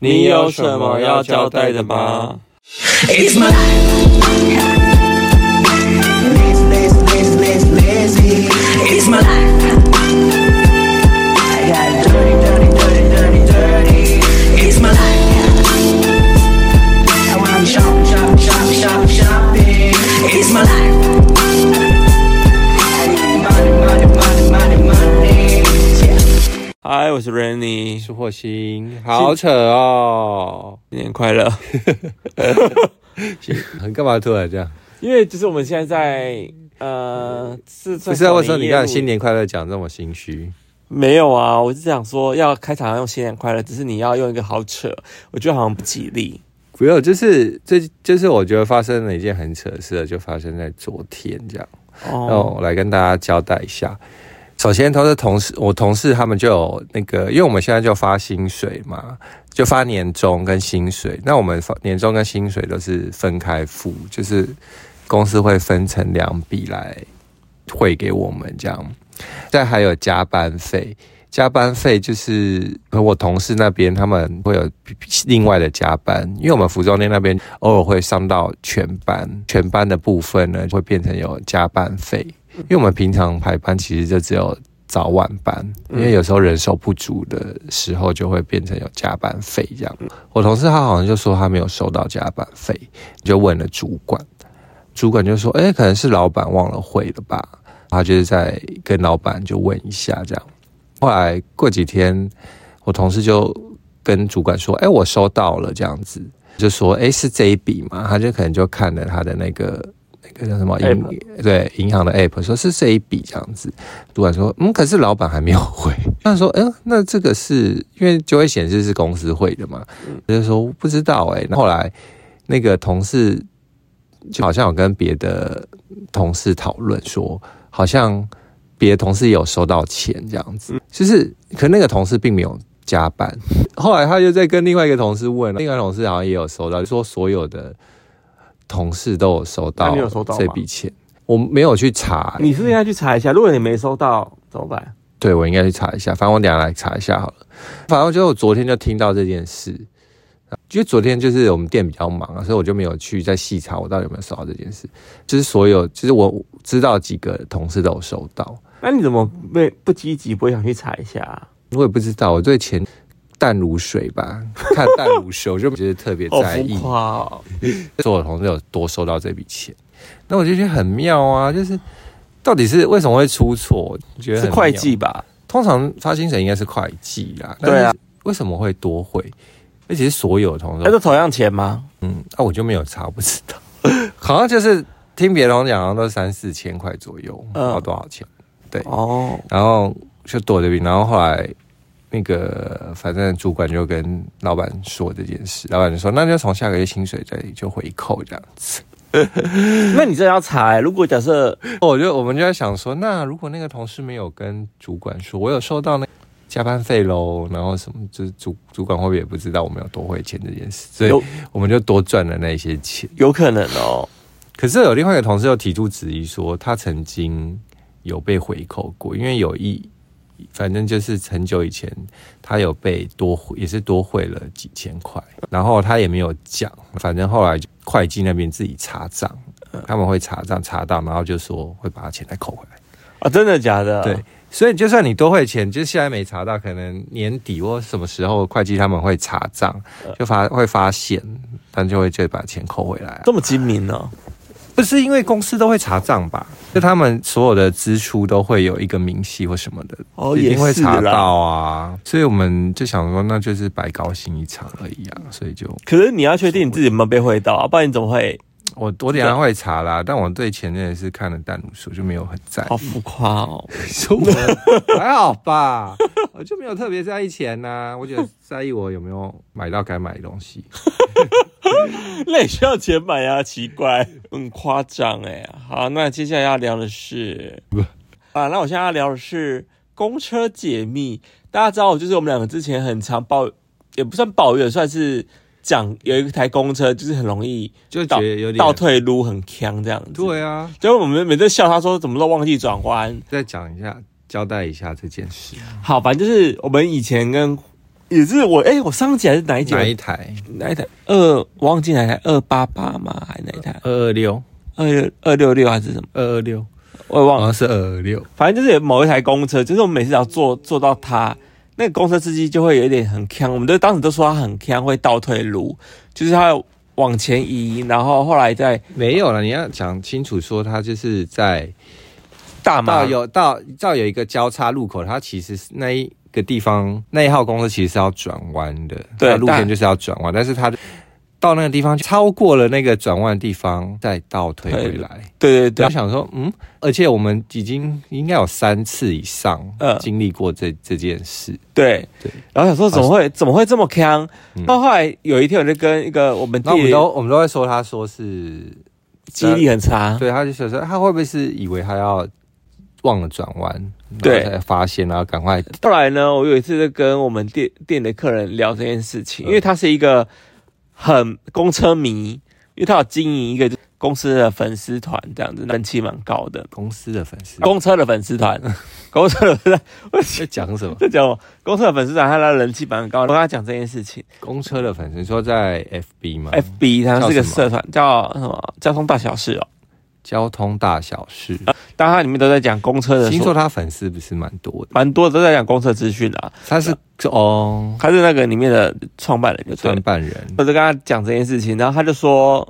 你有什么要交代的吗？ It's my life. Lazy, lazy, lazy, lazy, lazy. It's my life. I got dirty, dirty, dirty, dirty, dirty. It's my life. I wanna shop, shop, shop, shop, shopping. It's my life. I need money, money, money, money, money. Yeah. 嗨，我是 Rainy，是火星，好扯哦！新年快乐！你干嘛突然这样？因为就是我们现在在呃，是不不是为什么你看新年快乐讲这么心虚？没有啊？我是想说要开场要用新年快乐，只是你要用一个好扯，我觉得好像不吉利。不要，就是这就是我觉得发生了一件很扯的事，就发生在昨天这样。那哦，我来跟大家交代一下。首先，都是同事，我同事他们就有那个，因为我们现在就发薪水嘛，就发年终跟薪水。那我们发年终跟薪水都是分开付，就是公司会分成两笔来汇给我们这样。再还有加班费，加班费就是我同事那边他们会有另外的加班，因为我们服装店那边偶尔会上到全班，全班的部分呢会变成有加班费，因为我们平常排班其实就只有早晚班，因为有时候人手不足的时候就会变成有加班费这样。我同事他好像就说他没有收到加班费，就问了主管，主管就说：“哎、可能是老板忘了汇了吧。”他就是在跟老板就问一下这样。后来过几天，我同事就跟主管说：“哎、我收到了这样子。”就说：“哎、是这一笔嘛？”他就可能就看了他的那个那个叫什么银 App 对银行的 app，说是这一笔这样子。主管说：“嗯，可是老板还没有汇。” 他说：“嗯、那这个是因为就会显示是公司汇的嘛？”他就说：“不知道哎、那后来那个同事就好像有跟别的同事讨论说，好像别的同事也有收到钱这样嗯子，就是可那个同事并没有加班。后来他就在跟另外一个同事问，另外一个同事好像也有收到，就说所有的同事都有收那到你有收到吗这笔钱。我没有去查，你是不是应该去查一下，如果你没收到怎么办？对我应该去查一下，反正我等一下来查一下好了。反正就我昨天就听到这件事，因为昨天就是我们店比较忙啊，所以我就没有去再细查我到底有没有收到这件事。就是所有，就是我知道几个同事都有收到，那你怎么没不积极，不会想去查一下啊？我也不知道，我对钱淡如水吧， 看淡如水，我就觉得特别好在意浮。夸哦！所有同事有多收到这笔钱，那我就觉得很妙啊，就是到底是为什么会出错？我觉得是很会妙计吧？通常发薪水应该是会计啦，对啊，哎为什么会多汇？而且是所有的同事那都，是同样钱吗？嗯，啊，我就没有查，我不知道， 好像就是听别的同事讲，好像都三四千块左右，嗯不知道多少钱，哦，然后就躲着比，然后后来那个反正主管就跟老板说这件事，老板就说那就从下个月薪水再就回扣这样子，那你真的要查、欸？如果假设哦我就我们就在想说，那如果那个同事没有跟主管说，我有收到那加班费喽，然后什么，就是主主管会不会也不知道我们有多汇钱这件事，所有以我们就多赚了那些钱。有可能哦，可是有另外一个同事又提出质疑说，他曾经有被回扣过，因为有一反正就是很久以前他有被多也是多汇了几千块，然后他也没有讲，反正后来就会计那边自己查账，他们会查账查到，然后就说会把钱再扣回来。啊，真的假的？对，所以就算你多汇钱，就是现在没查到，可能年底或什么时候会计他们会查账，就发会发现，但就会就把钱扣回来啊、这么精明哦。不是因为公司都会查账吧？就他们所有的支出都会有一个明细或什么的，哦一定会也查是啦到啊。所以我们就想说，那就是白高兴一场而已啊。所以就可是你要确定你自己有没有被汇到啊，不然你怎么会？我我等一下会查啦，但我对钱真的是看了淡如水，就没有很在 好意。浮夸哦！说我还好吧，我就没有特别在意钱呐、我觉得在意我有没有买到该买的东西。 那也需要钱买啊，奇怪，很夸张哎。好，那接下来要聊的是，啊，那我现在要聊的是公车解密。大家知道，就是我们两个之前很常抱，也不算抱怨，算是讲有一台公车就是很容易就觉倒得有点倒退路很强这样子。对啊，所以我们每次笑他说怎么都忘记转弯。再讲一下，交代一下这件事。好，反正就是我们以前跟也是我哎、我上集还是哪一集？哪一台？哪一台？二忘记哪一台？二八八吗？还是哪一台？二二六，二二六六还是什么？二二六，我也忘好了。像是二二六。反正就是有某一台公车，就是我们每次只要嗯坐坐到它，那个公车司机就会有一点很呛，我们都当时都说他很呛，会倒退路，就是他会往前移，然后后来再没有了，你要讲清楚，说它就是在大马到有到到有一个交叉路口，它其实是那一个地方那一号公司其实是要转弯的，对它路线但就是要转弯，但是它到那个地方超过了那个转弯的地方，再倒退对回来。对对对我，想说，嗯，而且我们已经应该有三次以上嗯经历过这、这件事，对对，然后想说怎么会怎么会这么坑？嗯到后来有一天，我就跟一个我们那我弟们都我们都会说，他说是，记忆力很差，对，他就想说他会不会是以为他要忘了转弯，然对后才发现，然后赶快后来呢，我有一次在跟我们店店的客人聊这件事情，嗯因为他是一个很公车迷，因为他有经营一个公司的粉丝团，这样子人气蛮高的，公司的粉丝公车的粉丝团， 公车的粉丝团，我在讲什么？在讲我公车的粉丝团，他的人气蛮高。我跟他讲这件事情公车的粉丝，你说在 FB 吗，FB 它是叫个什么社团，叫什么交通大小事哦，交通大小事，但它里面都在讲公车的听所，说他粉丝不是蛮多的，蛮多的都在讲公车资讯啊。他是哦，他是那个里面的创办人，就对创了。办人我就跟他讲这件事情，然后他就说：“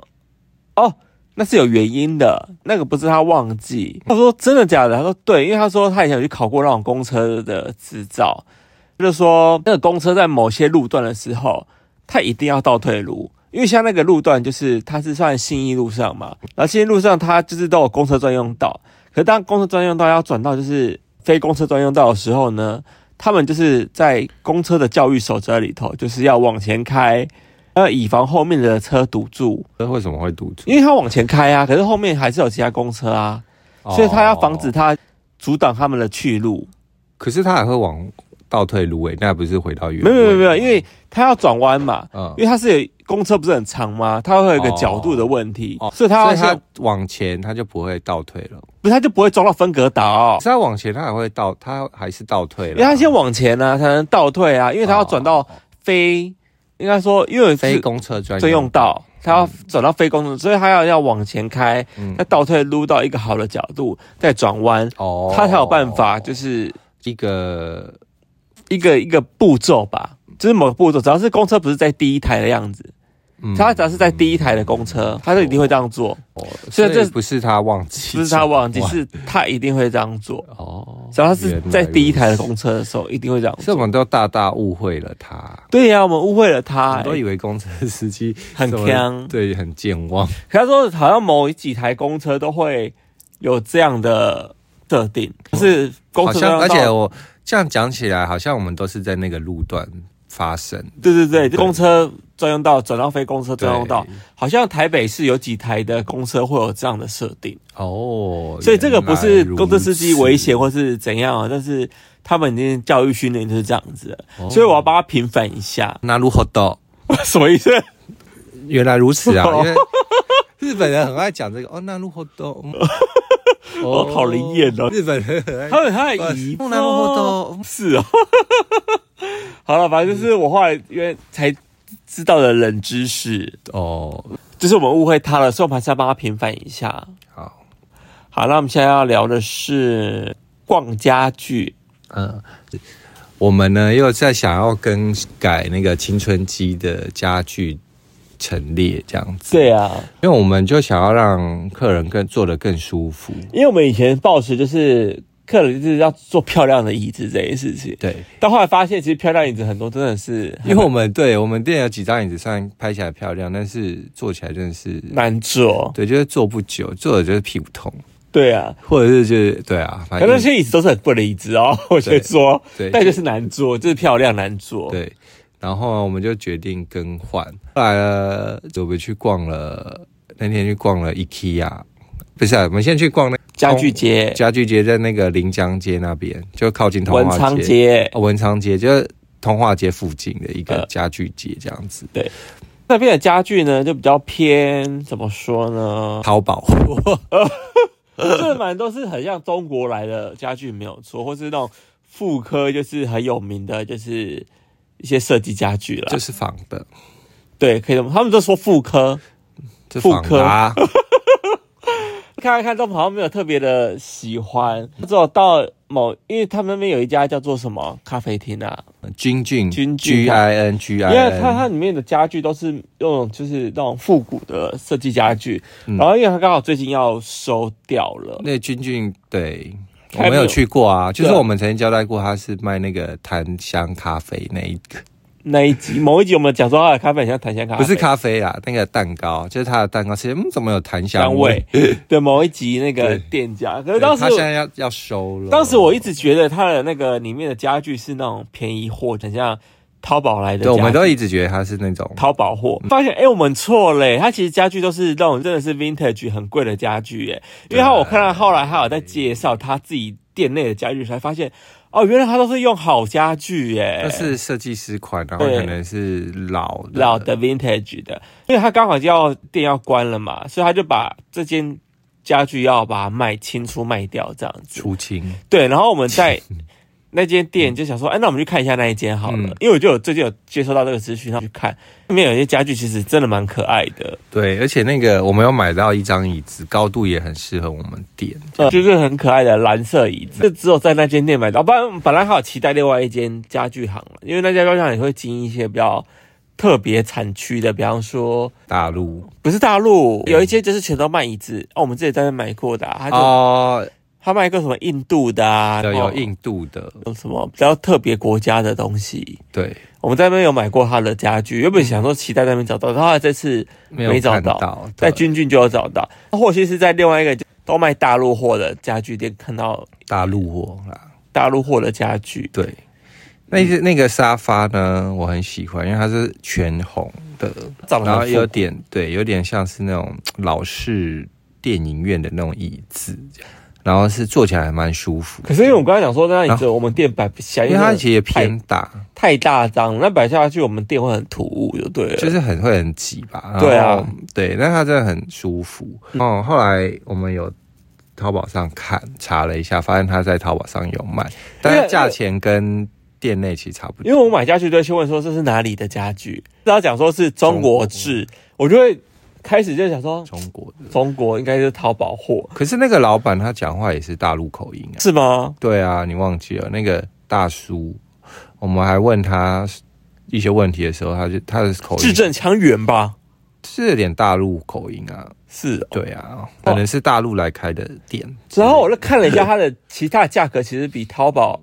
哦，那是有原因的，那个不是他忘记。”他说：“真的假的？”他说：“对，因为他说他以前有去考过那种公车的执照，他就说那个公车在某些路段的时候，他一定要倒退路。”因为像那个路段，就是它是算信义路上嘛， 然后信义路上它就是都有公车专用道，可是当公车专用道要转到就是非公车专用道的时候呢，他们就是在公车的教育守则里头，就是要往前开，呃，以防后面的车堵住，那为什么会堵住？因为他往前开啊，可是后面还是有其他公车啊，所以他要防止哦，他阻挡他们的去路。可是他还会往倒退路欸诶，那不是回到原没位有没有没有，因为他要转弯嘛，嗯因，为他是有公车不是很长吗？它会有一个角度的问题，哦所以他所要以先他往前他就不会倒退了，不是他就不会撞到分隔岛可是，他往前他还会倒，他还是倒退了，因为他先往前啊，才能倒退啊，因为他要转到哦非，应该说因为是非公车专专用道，他要转到非公路，所以他要要往前开，嗯再倒退撸到一个好的角度，再转弯，哦他才有办法，就是一个一个一个步骤吧，就是某个步骤，只要是公车不是在第一台的样子，嗯他只要是在第一台的公车，他就一定会这样做，哦所所以这以不是他忘记，不是他忘记，是他一定会这样做。哦，只要他是原来在第一台的如此公车的时候，一定会这样所以我做。们都大大误会了他。对呀、我们误会了他、我都欸以为公车司机 很什么强对，很健忘。可他说好像某几台公车都会有这样的设定，就是公哦好车像，要而且到我这样讲起来，好像我们都是在那个路段发生。对对对，对公车专用道转到非公车专用道对，好像台北市有几台的公车会有这样的设定，哦，所以这个不是原来如此公车司机危险或是怎样啊，但是他们已经教育训练就是这样子了，哦，所以我要帮他平反一下那如何的？ 什么意思？原来如 此啊！哦因为日本人很爱讲这个哦，那如何的？ 嗯哦好灵验哦日本人很爱他们太疑那如 何的？是哦，好了，反正就是我后来因为才知道的冷知识，哦，就是我们误会他了，所以我们还是要帮他平反一下。好，好，那我们现在要聊的是逛家具。嗯。我们呢又在想要更改那个青春期的家具陈列这样子，对啊，因为我们就想要让客人更坐得更舒服，因为我们以前抱持就是客人就是要做漂亮的椅子这件事情，对，但后来发现其实漂亮椅子很多真的是因为我们对我们店有几张椅子，虽然拍起来漂亮，但是坐起来真的是，难做。对，就是坐不久，坐了就是屁股痛，对啊，或者是就是对啊，反可那正些椅子都是很贵的椅子哦， 我先说，对但就是难做，就是漂亮难做。，对。然后我们就决定更换，后来呢，我们去逛了，那天去逛了 IKEA，不是、啊，我们先去逛那家具街、家具街，在那个临江街那边，就靠近文通化昌街哦文昌街就是通化街附近的一个呃家具街这样子，那边的家具呢，就比较偏怎么说呢？淘宝 这蛮都是很像中国来的家具没有错，或是那种妇科就是很有名的，就是一些设计家具了这。是仿的，对，可以这么，他们都说妇科，这仿的啊，看来看都好像没有特别的喜欢，只有到某，因为他们那边有一家叫做什么咖啡厅啊，君俊君俊 G I N G 因 I 为它 N，它里面的家具都是用就是那种复古的设计家具，嗯然后因为它刚好最近要收掉了，那君俊对。我还没没有有去过啊，就是对我们曾经交代过，他是卖那个檀香咖啡那一个，那一集某一集我们讲说它的咖啡很像檀香咖啡，不是咖啡啦，那个蛋糕，就是他的蛋糕，其实嗯，怎么有檀香香味？的某一集那个店家，可是对当时他现在要要收了。当时我一直觉得它的那个里面的家具是那种便宜货，很像淘宝来的家具，对，我们都一直觉得他是那种淘宝货，发现哎、诶我们错嘞，它其实家具都是那种真的是 vintage 很贵的家具耶，因为他我看到后来他有在介绍他自己店内的家具，才发现哦，原来他都是用好家具耶那，是设计师款，然后哎对可能是老的老的 vintage 的，因为他刚好就要店要关了嘛，所以他就把这间家具要把它卖清出卖掉这样子，出清，对，然后我们 在那间店就想说，哎，那我们去看一下那一间好了，嗯因为我就有最近有接收到这个资讯，然后去看里面有一些家具其实真的蛮可爱的。对，而且那个我们有买到一张椅子，高度也很适合我们店。呃，就是很可爱的蓝色椅子，就只有在那间店买哦到。不然本来还有期待另外一间家具行了，因为那家家具行也会经营一些比较特别产区的，比方说大陆不是大陆，有一些就是全都卖椅子。哦，我们之前在那买过的、啊，他就、哦，他卖过什么印度的啊，对，然后有印度的，有什么比较特别国家的东西。对，我们在那边有买过他的家具，原本想说期待在那边找到，然后这次没有没找看到到，在对君俊就有找到，或许是在另外一个都卖大陆货的家具店看到大陆货啦，大陆货的家具。对。那嗯些那个沙发呢，我很喜欢，因为它是全红的，长得然后很复有古点对，有点像是那种老式电影院的那种椅子，然后是坐起来还蛮舒服的。可是因为我刚才讲说，那然你后只有我们店摆不下，因为它其实也太偏大，太大张，那摆下去我们店会很突兀，就 对了。就是很会很挤吧。然后对啊，嗯对，但它真的很舒服。哦，后来我们有淘宝上看查了一下，发现它在淘宝上有卖，但是价钱跟店内其实差不因多。为我买家具都会去问说这是哪里的家具，只要讲说是中国制，我就会开始就想说中国的，中国应该是淘宝货可是那个老板他讲话也是大陆口音啊。是吗？对啊，你忘记了那个大叔，我们还问他一些问题的时候，他就他的口字音正腔圆吧？是有点大陆口音啊。是哦、对啊，可能是大陆来开的店。然后我就看了一下它的其他价格，其实比淘宝，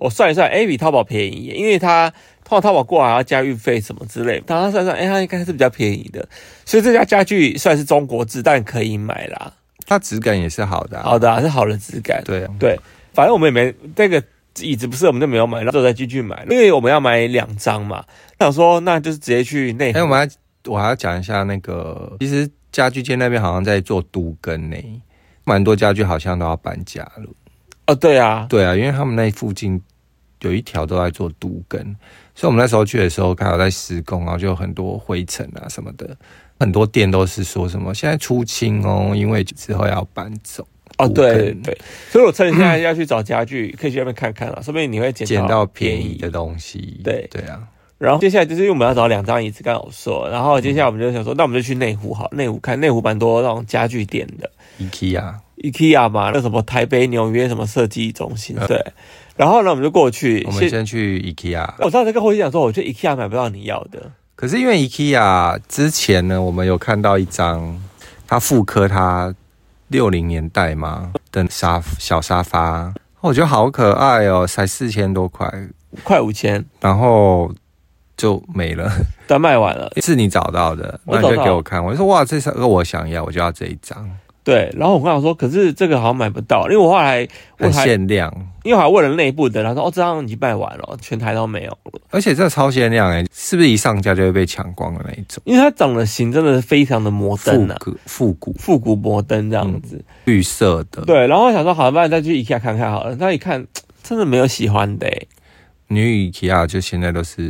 我算一算，哎，比淘宝便宜耶，因为它通常淘宝过来还要加运费什么之类的，然后算一算，哎，它应该是比较便宜的，所以这家家具算是中国制，但可以买啦。它质感也是好的、啊。好的、啊，是好的质感。对啊，对，反正我们也没那个椅子，不是我们就没有买，然后再继续买，因为我们要买两张嘛。那我说那就是直接去内哎、行我们还我还要讲一下那个，其实家具街那边好像在做都更呢、蛮多家具好像都要搬家了。哦，对啊，对啊，因为他们那附近有一条都在做都更，所以我们那时候去的时候刚好在施工，然后就有很多灰尘啊什么的。很多店都是说什么现在出清哦，因为之后要搬走，哦，对都对，所以我趁现在要去找家具，可以去那边看看了，说不定你会捡捡到到便宜的东西。对对啊，然后接下来就是因为我们要找两张椅子，刚刚有说，然后接下来我们就想说，嗯那我们就去内湖好，内湖看内湖蛮多那种家具店的 IKEA ，IKEA 嘛，那什么台北、纽约什么设计中心，嗯对。然后呢，我们就过去。我们先去 IKEA。我上次跟慧姐讲说，我去 IKEA 买不到你要的，可是因为 IKEA 之前呢，我们有看到一张，它复刻它六零年代嘛的沙小沙发，我觉得好可爱哦，才四千多块，快五千，然后就没了。 但卖完了。是你找到的，我那找到你就给我看，我就说哇，这三个我想要，我就要这一张，对，然后我跟他说，可是这个好像买不到，因为我后来我很还限量，因为我还问了内部的，然后说哦，这张已经卖完嗯了，全台都没有了，而且这超限量哎、是不是一上架就会被抢光的那一种？因为它长得型真的是非常的摩复登啊，古复古嗯复古摩登这样子。绿色的，对，然后我想说，好，不然再去 IKEA 看看好了。那一看，真的没有喜欢的欸，女 IKEA 就现在都是，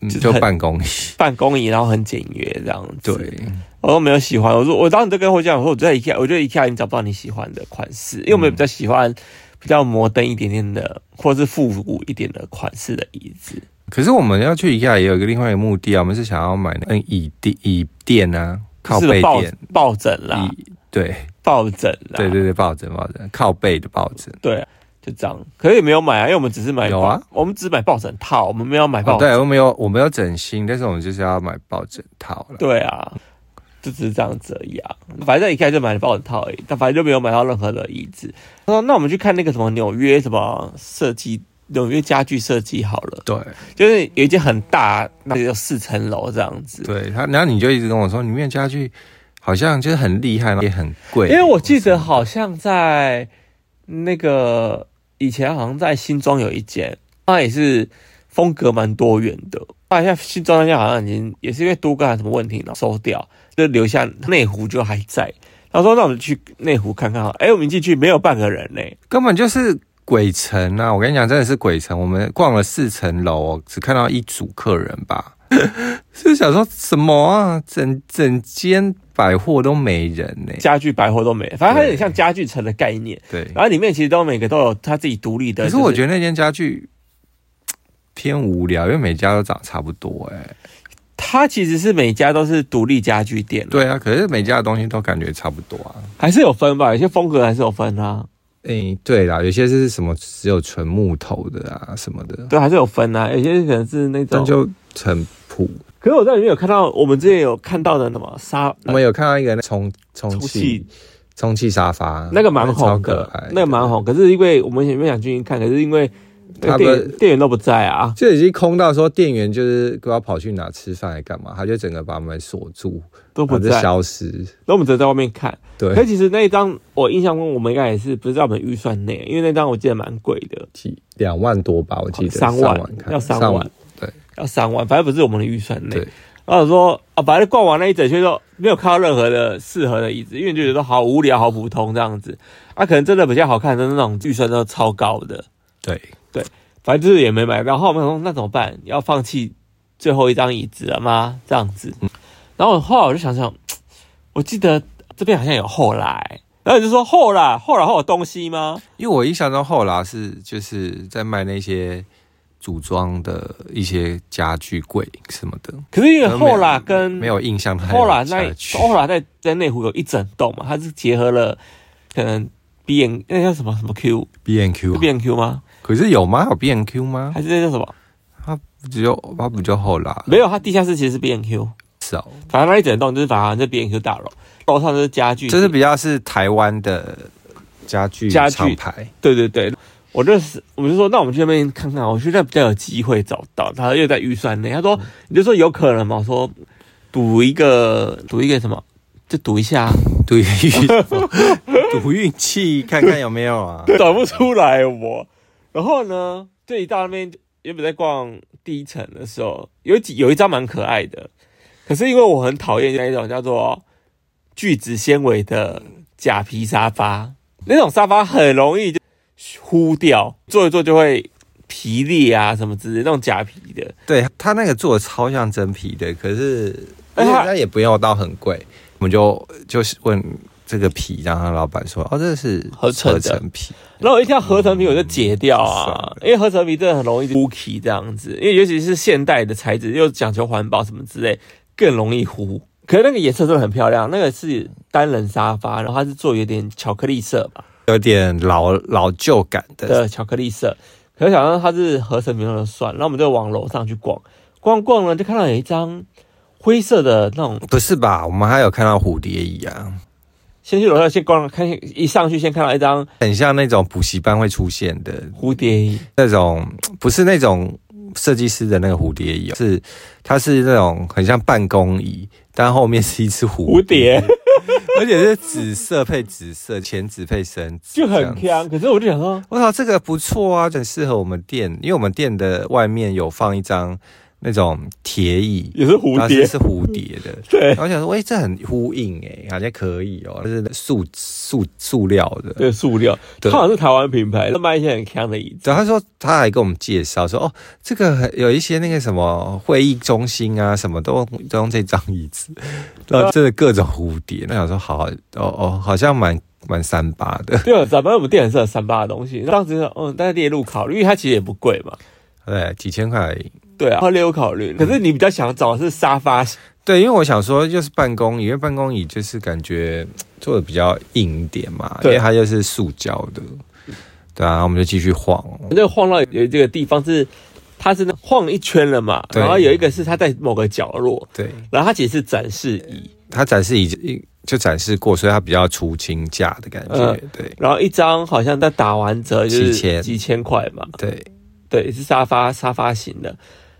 嗯就是就很办公椅，办公椅，然后很简约这样子。对。我都没有喜欢。我说，我当时就跟我讲，我说我在 IKEA，我觉得 IKEA 你找不到你喜欢的款式，因为我嗯们比较喜欢比较摩登一点点的，或是复古一点的款式的椅子。可是我们要去宜家也有一个另外一个目的啊，我们是想要买那个椅垫椅垫啊，靠就是背抱垫，抱枕啦，啊椅对抱枕啦，对对对，抱枕抱枕，靠背的抱枕。对，就这样。可是也没有买啊，因为我们只是买有抱啊，我们只买抱枕套，我们没有买哦抱，枕。对，我们有我们有枕芯，但是我们就是要买抱枕套了。对啊，就只是这样子而已啊。反正一开始就买了抱枕套而已，但反正就没有买到任何的椅子。他说：“那我们去看那个什么纽约什么设计，纽约家具设计好了，对就是有一间很大，那里有四层楼这样子。”对，他然后你就一直跟我说，里面的家具好像就是很厉害，然后也很贵。因为我记得好像在那个以前好像在新庄有一间，啊它也是风格蛮多元的。后来现在新庄那家好像已经也是因为多个还是什么问题，然后收掉，就留下内湖就还在。他说：“那我们去内湖看看好了。”哎，我们一进去没有半个人呢、根本就是鬼城啊！我跟你讲，真的是鬼城。我们逛了四层楼哦，只看到一组客人吧， 就想说什么啊？整整间百货都没人呢、家具百货都没，反正它有点对像家具城的概念。对，然后里面其实都每个都有它自己独立的。可是我得觉得那间家具偏无聊，因为每家都长得差不多哎、它其实是每家都是独立家具店，，对啊，可是每家的东西都感觉差不多啊。还是有分吧，有些风格还是有分啊。诶、哎对啦，有些是什么只有纯木头的啊什么的，对，还是有分啊，有些可能是那种。但就很普。可是我在里面有看到，我们之前有看到的什么沙，我们有看到一个那充充充气气充气沙发，呃那个蛮红超可的爱，那个蛮。红。可是因为我们前面想进去看，可是因为那他个们店员店员都不在啊，就已经空到说店员就是不知道跑去哪吃饭还干嘛，他就整个把门锁住，都不然后就在，然消失。后我们只能在外面看。啊对可，是其实那一张我印象中，我们应该也是不是在我们预算内，因为那张我记得蛮贵的，几两万多吧，我记得三万万看要三三万对要三万，反正不是我们的预算内对。，然后我说啊，反正逛完那一整圈都没有看到任何的适合的椅子，因为就觉得好无聊、好普通这样子。啊，可能真的比较好看的那种预算都超高的，对，反正就是也没买到。后来我们想说，那怎么办？要放弃最后一张椅子了吗？这样子。然后我后来我就想想，我记得这边好像有后来，然后你就说后来后来会有东西吗？因为我印象中后来是就是在卖那些组装的一些家具柜什么的，可是因为可能没有后来跟没有印象太后来下那去后来在在内湖有一整栋嘛，它是结合了可能 B N 那叫什么什么 Q B N Q，啊 B N Q 吗？可是有吗？有 B N Q 吗？还是那叫什么？它只有它不就后来没有，它地下室其实是 B N Q，少，反正那一整栋就是反正就 B N Q 大楼，楼上就是家具，就是比较是台湾的家具家具厂牌。对对对。我就是，我就说，那我们去那边看看，我觉得比较有机会找到。他又在预算内，他说，你就说有可能嘛？我说赌一个，赌一个什么？就赌一下，啊赌运气，赌运气，看看有没有 啊？找不出来我。然后呢，就一到那边，原本在逛第一层的时候，有几有一张蛮可爱的，可是因为我很讨厌那一种叫做聚酯纤维的假皮沙发，那种沙发很容易就呼掉，坐一坐就会皮裂啊什么之类，那种假皮的。对他那个做的超像真皮的，可是哎而且他他也不用到很贵，我们就就是问这个皮，然后他老板说，哦，这是合成的成皮，然后我一听到合成皮我就解掉算啊了，因为合成皮真的很容易糊起这样子，因为尤其是现代的材质又讲求环保什么之类，更容易糊。可是那个颜色真的很漂亮，那个是单人沙发，然后它是做有点巧克力色吧有点老老旧感的。的巧克力色，可是想到它是合成皮那就算，然后我们就往楼上去逛，逛逛呢就看到有一张灰色的那种，不是吧？我们还有看到蝴蝶椅啊，先去楼上先逛看，一上去先看到一张很像那种补习班会出现的蝴蝶椅，那种，不是那种设计师的那个蝴蝶椅哦，是它是那种很像办公椅，但后面是一 只蝴蝶。 而且是紫色配紫色，浅紫配深紫，就这样 很子。香，可是我就想说，我操，这个不错啊，很适合我们店，因为我们店的外面有放一张那种铁椅，也是蝴它蝶是，是蝴蝶的。对 然后我想说，喂、这很呼应哎、好像可以哦、就是塑塑塑料的。对塑料，对它好像是台湾品牌，它卖一些很强的椅子。然后他说，他还跟我们介绍说，哦，这个很有一些那个什么会议中心啊，什么都都用这张椅子， 然后真的各种蝴蝶。那想说，好，哦哦，好像蛮蛮三八的。 对啊，咱们我们店很适哦合三八的东东西。当时就说嗯，但是列入考虑，因为它其实也不贵嘛。对，几千块而已，对啊，要列入考虑。可是你比较想找的是沙发型，对，因为我想说就是办公椅，因为办公椅就是感觉嘖做的比较硬一点嘛，因对为它就是塑胶的。对啊，我们就继续晃。那个晃到有这个地方是，它是那晃一圈了嘛，对然后有一个是它在某个角落，对，然后它其实是展示椅，它展示已经就展示过，所以它比较出清价的感觉。嗯对然后一张好像在打完折就是几千几千块嘛，对，对，是沙发沙发型的。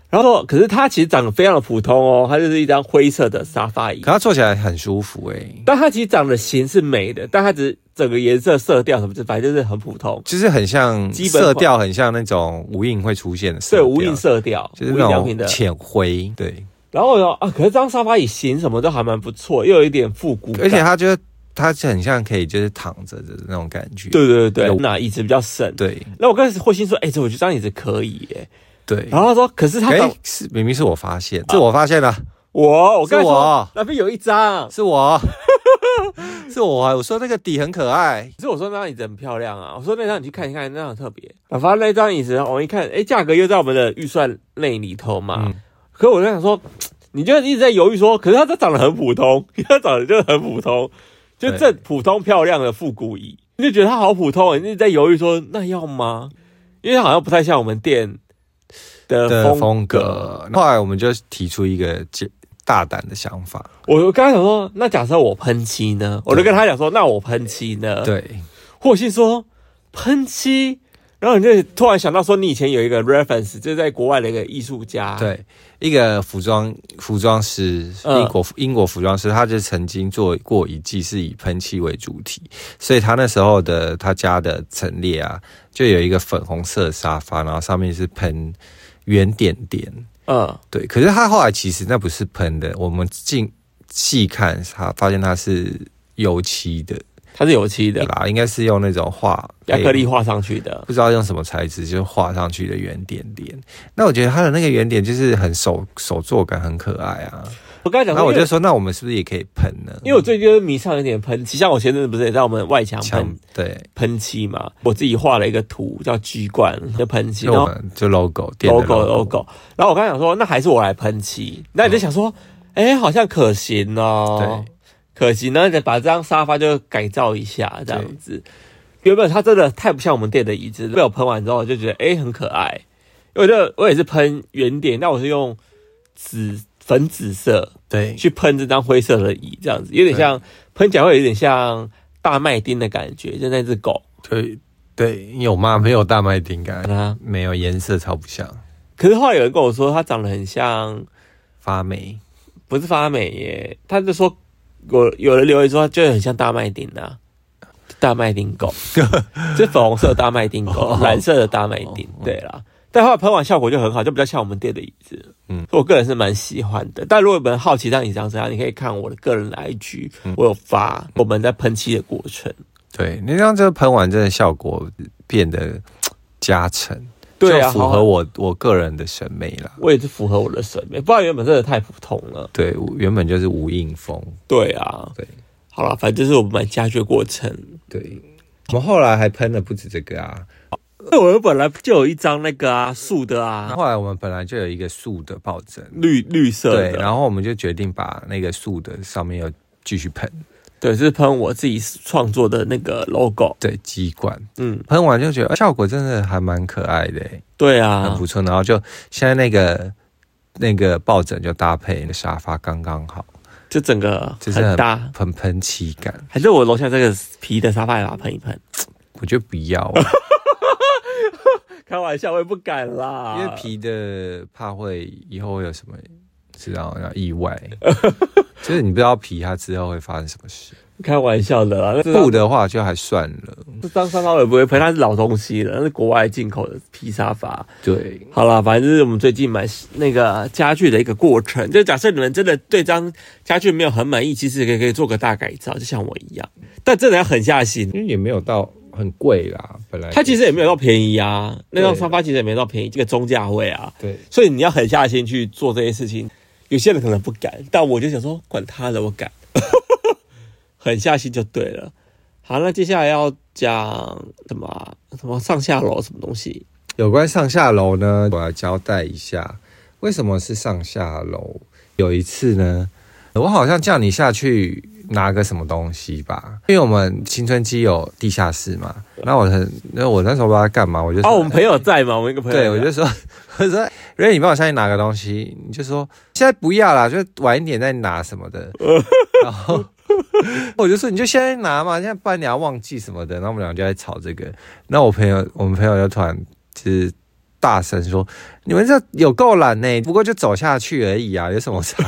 然后，可是它其实长得非常的普通哦，它就是一张灰色的沙发椅可，它坐起来很舒服欸诶、但它其实长得型是美的，但它只是整个颜色、色调什么，就反正就是很普通。就是很像基本款色调，很像那种无印会出现的色对，调，无印，色调，就是无那印良品种的。浅灰。对，然后我说啊，可是这张沙发椅型什么都还蛮不错，又有一点复古感，而且它就是它是很像可以就是躺着的那种感觉。对对对有对，那椅子比较省。对那我跟慧心说，哎、这我觉得这张椅子可以耶。对，然后啊他说，可是他哎、找是明明是我发现，是我发现的、我，我跟他是我说那边有一张，是我， 是我啊！我说那个底很可爱，可是我说那张椅子很漂亮啊，我说那张你去看一看，那张很特别。啊，反正那张椅子我一看，哎、价格又在我们的预算内里头嘛。嗯可我就想说，你就一直在犹豫说，可是它这长得很普通， 它长得就很普通，就对这普通漂亮的复古椅，你就觉得它好普通，你一直在犹豫说那要吗？因为它好像不太像我们店的的风风格。后来我们就提出一个简大胆的想法，我我刚才想说，那假设我喷漆呢？我就跟他讲说，那我喷漆呢？，对霍信说喷漆，然后你就突然想到说，你以前有一个 reference，就是在国外的一个艺术家，，对，一个服装服装师，嗯英国英国服装师，他就曾经做过一季是以喷漆为主题，所以他那时候的他家的陈列啊，就有一个粉红色的沙发，然后上面是喷圆点点，嗯，对，可是它后来其实那不是喷的，我们近细看它，发现它是油漆的它是油漆的，啦，应该是用那种画哎亚克力，画上去的，不知道用什么材质，就是画上去的圆点点。那我觉得它的那个圆点就是很手手作感很可爱啊。我刚才讲然说，后我因为就说，那我们是不是也可以喷呢？因为我最近就是迷上一点喷漆，像我前阵子不是也在我们外墙墙喷嗯对，喷漆嘛，我自己画了一个图叫居冠的喷漆，就然我后们就 logo 店的 logo logo，然后我刚才想说，那还是我来喷漆，那你就想说，哎、好像可行哦，对可行，那再把这张沙发就改造一下这样子。原本它真的太不像我们店的椅子，被我喷完之后我就觉得，哎、很可爱。因为我就我也是喷圆点，但我是用紫粉紫色对去喷这张灰色的椅，这样子有点像喷起来会有点像大麦丁的感觉，就那只狗。对对，有吗？没有大麦丁感啊，没有颜色超不像可是后来有人跟我说，它长得很像发霉，不是发霉耶，他就说有有人留言说，就很像大麦町啊，大麦町 狗，是粉红色的大麦町狗哦，蓝色的大麦町，对啦。但后来喷完效果就很好，就比较像我们店的椅子，嗯嗯，我个人是蛮喜欢的。但如果有人好奇让你长怎样，你可以看我的个人的 IG，、我有发我们在喷漆的过程。对，你让这个喷完真的效果变得加成，对啊就符好合啊我我个人的审美啦。我也是符合我的审美，不然原本真的太普通了。对，我原本就是无印风。对啊，对好了，反正这是我们买家具的过程。对，我们后来还喷了不止这个啊，那我本来就有一张那个啊树的啊，后来我们本来就有一个素的抱枕，绿绿色对的，，然后我们就决定把那个素的上面又继续喷，对，是喷我自己创作的那个 logo。对，鸡冠嗯，喷完就觉得呃效果真的还蛮可爱的欸、对很啊不，错。然后就现在那个那个抱枕就搭配那沙发刚刚好，就整个就是很大。很喷漆感。还是我楼下这个皮的沙发也把它喷一喷？我觉得不要、啊 开玩笑，我也不敢啦因为皮的怕会以后会有什么，知道然后意外，就是你不知道皮它之后会发生什么事。开玩笑的啦。布的的话就还算了，这张沙发我也不会喷，它是老东西了，那是国外进口的皮沙发。对好啦，反正就是我们最近买那个家具的一个过程。就假设你们真的对这张家具没有很满意，其实可以可以做个大改造，就像我一样。但真的要狠下心，因为也没有到很贵啦，本来它其实也没有到便宜啊，那张对沙发其实也没到便宜，这个中价位啊，对所以你要狠下心去做这些事情。有些人可能不敢，但我就想说，管他的，我敢， 狠下心就对了。好，那接下来要讲什么啊什么上下楼什么东西？有关上下楼呢，我要交代一下。为什么是上下楼？有一次呢，我好像叫你下去拿个什么东西吧，因为我们青春期有地下室嘛。那我很，那我那时候不知道干嘛，我就说哦，我们朋友在嘛，我们一个朋友在，对，我就说， 我说，瑞，你帮我下去拿个东西，你就说现在不要啦，就晚一点再拿什 么的。然后我就说你就现在拿嘛，现在不然你要忘记什么的。然后我们俩就在吵这个。那我朋友，我们朋友就突然就是大声说：“你们这有够懒呢，不过就走下去而已啊，有什么差？”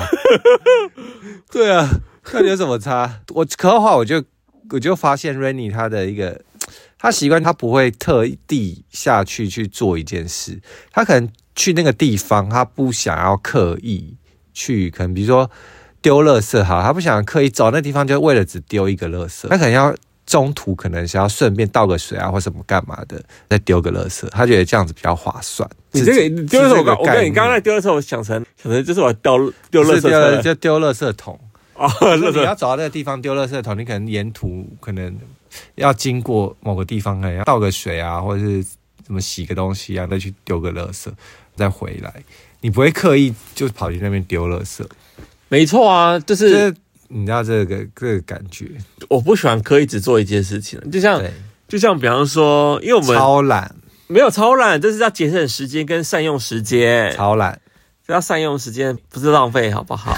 对啊，到底有什么差？我可话我就我就发现 Rainy 他的一个。他习惯，他不会特地下去去做一件事，他可能去那个地方，他不想要刻意去，可能比如说丢垃圾哈，他不想刻意找那地方，就为了只丢一个垃圾，他可能要中途可能是要顺便倒个水啊或什么干嘛的，再丢个垃圾，他觉得这样子比较划算。你这个是你丢的时候，是我这个刚我跟概你念刚刚在丢的时候，我想成想成就是我掉丢垃不圾车是丢了了就丢垃圾桶。哦，就 垃是你要圾找到那个地方丢垃圾桶，你可能沿途可能要经过某个地方，可能要倒个水啊，或者是怎么洗个东西啊，再去丢个垃圾，再回来。你不会刻意就跑去那边丢垃圾，没错啊，就是这你知道这个这个感觉，我不喜欢刻意只做一件事情，就像对，就像比方说，因为我们超懒，没有超懒，这是要节省时间跟善用时间，超懒。要善用时间，不是浪费，好不 好？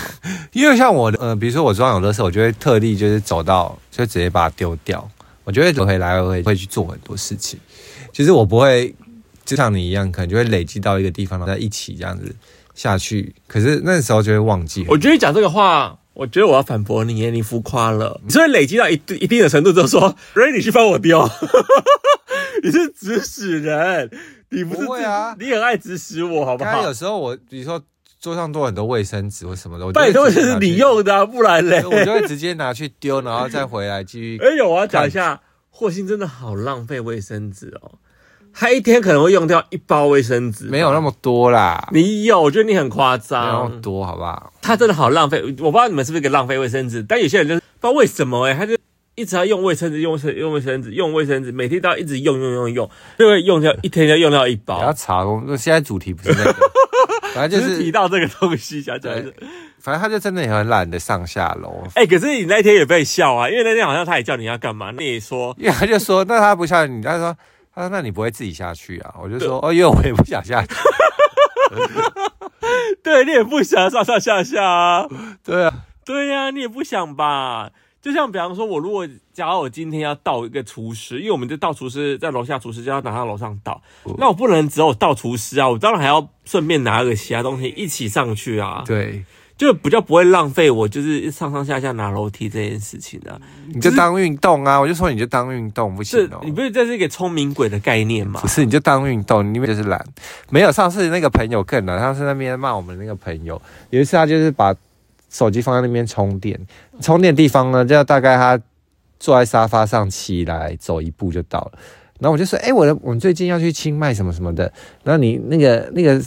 因为像我，呃，比如说我装有垃圾，我就会特地就是走到，就直接把它丢掉。我就会回来回会去做很多事情。其实我不会就像你一样，可能就会累积到一个地方，然后再一起这样子下去。可是那时候就会忘记。我觉得讲这个话，我觉得我要反驳你耶，你浮夸了。你是会累积到一定一定的程度之后说，瑞，你去帮我丢， 你是指使人，你不是不会啊你很爱指使我，好不刚刚好有？时候我，比如说桌上多很多卫生纸或什么的，我就拜会托，直这接是拿去你， 用的、啊，不然嘞。我就会直接拿去丢，然后再回来继续而且我要讲一下，霍星真的好浪费卫生纸哦，他一天可能会用掉一包卫生纸，没有那么。么多啦，没你有，我觉得你很夸有那张么。多，好不好？他真的好浪费，我不知道你们是不是个浪费卫生纸，但有些人就是不知道为什么哎、他就一直要用卫生纸，用卫生用卫生纸，用卫生纸，每天都要一直用用用用，就会用掉一天就用掉一不要包。查，我们现在主题不是那个，反啊正就提是到这个东西，想起来是对，反正他就真的也很懒得上下楼，哎、可是你那天也被笑啊，因为那天好像他也叫你要干嘛，你也说因为他就说，那他不下去，他说，他说那你不会自己下去啊？我就说，哦，因为我也不想下去。对，你也不想上上下下啊， 对啊， 对呀、你也不想吧？就像比方说，我如果假如我今天要倒一个厨师，因为我们就倒厨师在楼下，厨师就要拿到楼上倒，那我不能只有倒厨师啊，我当然还要顺便拿个其他东西一起上去啊，对，就比较不会浪费我就是上上下下拿楼梯这件事情啊。你就当运动啊！我就说你就当运动不这行哦你，不是这是一个聪明鬼的概念吗不？是你就当运动，你因为就是懒。没有上次那个朋友更懒，上次那边骂我们那个朋友，有一次他就是把手机放在那边充电，充电地方呢，就大概他坐在沙发上起来走一步就到了。然后我就说，哎、我的我们最近要去清迈什么什么的，然后你那个那个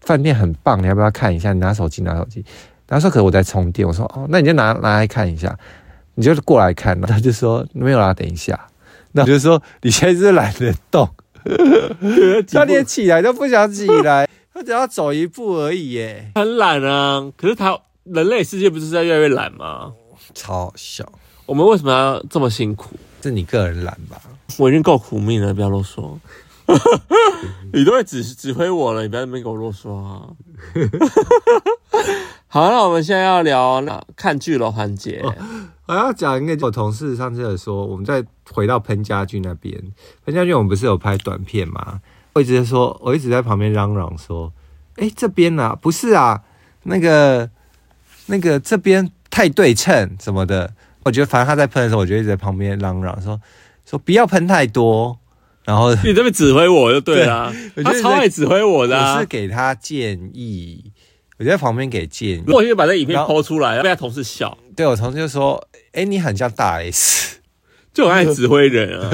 饭店很棒，你要不要看一下？你拿手机，拿手机。然后说，可是我在充电。我说，哦，那你就拿拿来看一下，你就过来看。他就说没有啦，等一下。那我就说，你现在是懒得动，他连起来都不想起来， 他只要走一步而已耶，很懒啊，可是他人类世界不是在越来越懒吗？超小。我们为什么要这么辛苦？是你个人懒吧？我已经够苦命了，不要啰 嗦。你都会指指挥我了，你不要在那边给我啰嗦啊！ 好，那我们现在要聊那看剧的环节。我要讲一个，我同事上次有说，我们再回到潘家俊那边，潘家俊我们不是有拍短片吗？我一直说，我一直在旁边嚷嚷说，哎、这边啊，不是啊，那个那个这边太对称什么的。我觉得反正他在喷的时候，我就一直在旁边嚷嚷说说不要喷太多，然后你这边指挥我就对了、对我觉他得超爱指挥我的、我啊是。给他建议，我就在旁边给建议如。果就把这影片然后抛出来，被他同事笑，对我同事就说：“哎、你很像大 S， 就很爱指挥人 啊。